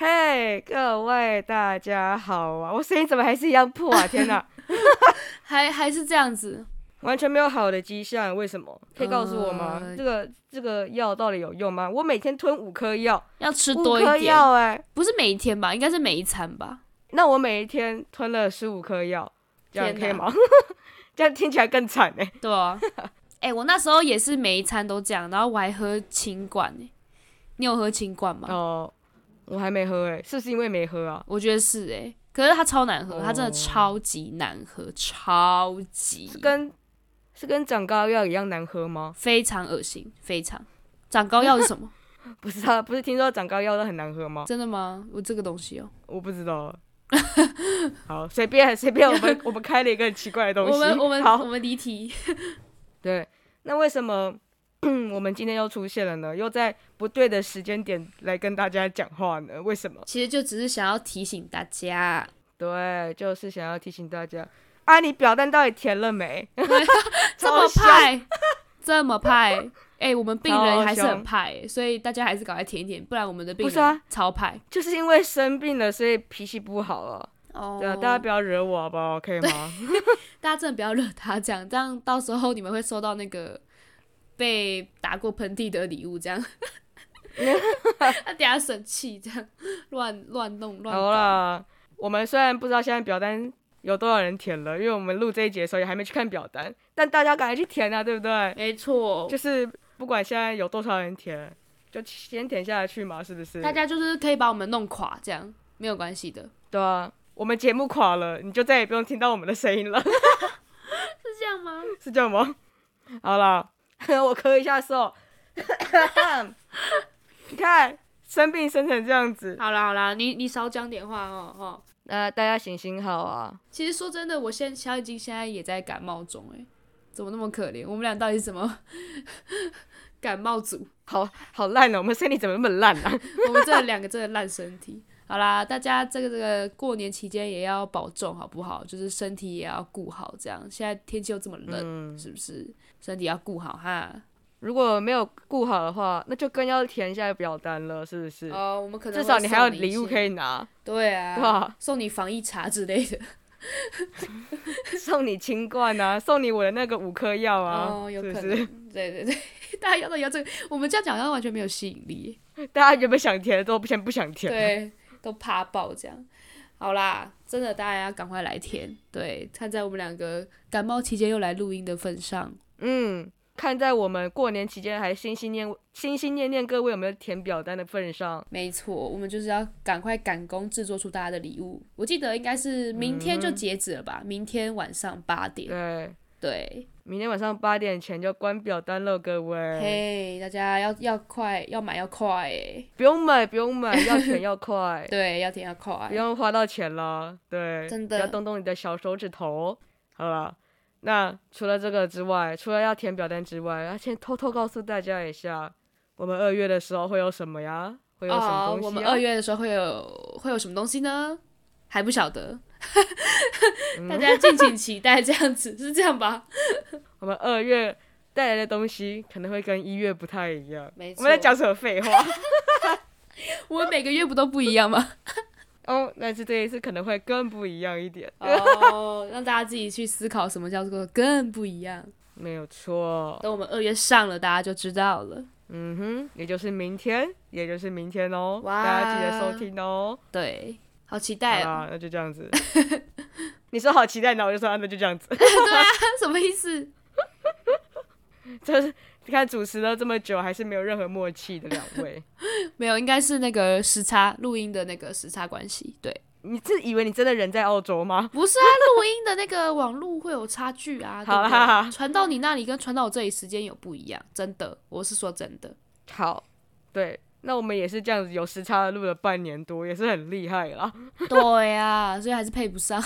位各位大家好啊！我声音怎么还是一样破啊？天哪，还还是这样子，完全没有好的迹象，为什么？可以告诉我吗？呃这个这个药到底有用吗？我每天吞五颗药，要吃五多颗一点，药哎、不是每一天吧？应该是每一餐吧？那我每一天吞了十五颗药，这样天可以哪吗？ 这样听起来更惨哎、对啊， 哎、我那时候也是每一餐都这样，然后我还喝清罐呢、你有喝清罐吗？哦，我还没喝哎、是不是因为没喝啊？我觉得是哎、可是它超难喝，它真哦的超级难喝，超级是跟是跟长高药一样难喝吗？ 非常恶心，非常。长高药是什么？不是啊，不是听说长高药都很难喝吗？真的吗？我这个东西哦、我不知道 啊。好，随便随便，我 们我们开了一个很奇怪的东西。我们我们我好，们离题，对，那为什么 我们今天又出现了呢？又在不对的时间点来跟大家讲话呢？为什么？其实就只是想要提醒大家，对，就是想要提醒大家，啊，你表单到底填了 没？这么 超派，这么派， 哎、我们病超人还是凶很派、所以大家还是赶快填一填，不然我们的病不是啊人超派就是因为生病了，所以脾气不好了。哦对啊，大家不要惹我好不好？可以吗？大家真的不要惹他，这样这样到时候你们会收到那个被打过喷嚏的礼物，这样。他等下生气，这样乱乱弄乱好搞。啦，我们虽然不知道现在表单有多少人填了，因为我们录这一节的时候也还没去看表单，但大家赶快去填啊，对不对？没错就，是不管现在有多少人填，就先填下去嘛，是不是？大家就是可以把我们弄垮，这样没有关系的。对啊，我们节目垮了，你就再也不用听到我们的声音了， 是这样吗？是这样吗？好啦， 我咳一下嗽， 你看生病生成这样子，好啦好啦，你你少讲点话哦哦。那、大家行行好啊，其实说真的，我现在小眼睛现在也在感冒中、哎，怎么那么可怜？我们俩到底是什么 感冒组？好好烂哦，我们身体怎么那么烂啊？我们这两个真的烂身体。好啦，大家这个这个过年期间也要保重，好不好？就是身体也要顾好，这样现在天气又这么冷，嗯。是不是？身体要顾好哈。如果没有顾好的话，那就更要填一下表单了，是不是？哦，我们可能至少会你还有送一礼物些可，以拿，对对啊，吧？送你防疫茶之类的。 送你清罐啊，送你我的那个五颗药啊，哦，有是可不能，是？对对对， 大家要到底要这个，我们这样讲好像完全没有吸引力耶。大家原本想填的都先不想填，对，都怕爆这样。好啦，真的，大家要赶快来填。对，看在我们两个感冒期间又来录音的份上，嗯，看在我们过年期间还心心念心心念念各位有没有填表单的份上，没错，我们就是要赶快赶工制作出大家的礼物。我记得应该是明天嗯就截止了吧？明天晚上八点。对，对，明天晚上八点前就关表单了，各位，嘿、大家要要快，要买要快、欸，，不用买，不用买，要填要快对，要填要快不。用花到钱了，对，真的不要动动你的小手指头。好了，那除了这个之外，除了要填表单之外，要先偷偷告诉大家一下，我们二月的时候会有什么呀？会有什么哦东，西、啊我们二，月的时候会有会有什么东西呢？还不晓得， 嗯大家敬请期待。这样子是这样吧？我们二月带来的东西可能会跟一月不太一样。没我错们在讲什么废话？ 我们每个月不都不一样吗？哦，但是这一次可能会更不一样一点， 哦，让大家自己去思考什么叫做更不一样。没有错。等我们二月上了，大家就知道了。嗯哼，也就是明天，也就是明天哦，哇大家记得收听哦。对，好期待 好哦！啦，那就这样 子。你说好期待，那我就说啊，那就这样子。什么意思？ 就是你看主持了这么久，还是没有任何默契的两位，没有，应该是那个时差录音的那个时差关系。对， 你自以为你真的人在澳洲吗？不是啊，录音的那个网路会有差距 啊。对不对好啦传到你那里跟传到我这里时间有不一样，真的，我是说真的。好，对，那我们也是这样子有时差的录了半年多，也是很厉害啦。对啊， 所以还是配不上，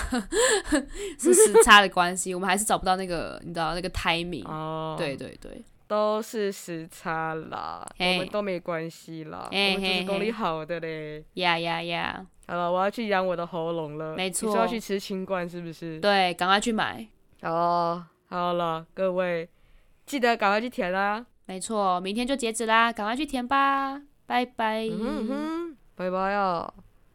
是时差的关系，我们还是找不到那个，你知道那个 timing。哦，对，对对，都是时差啦，嘿我们都没关系啦，嘿我们就是嘿功力嘿好的嘞。呀呀呀！好了，我要去养我的喉咙了。没错你说要去吃清冠是不是？对，赶快去买。哦，好了，各位记得赶快去填啦、没错，明天就截止啦，赶快去填吧，拜拜。嗯嗯哼，拜拜啊。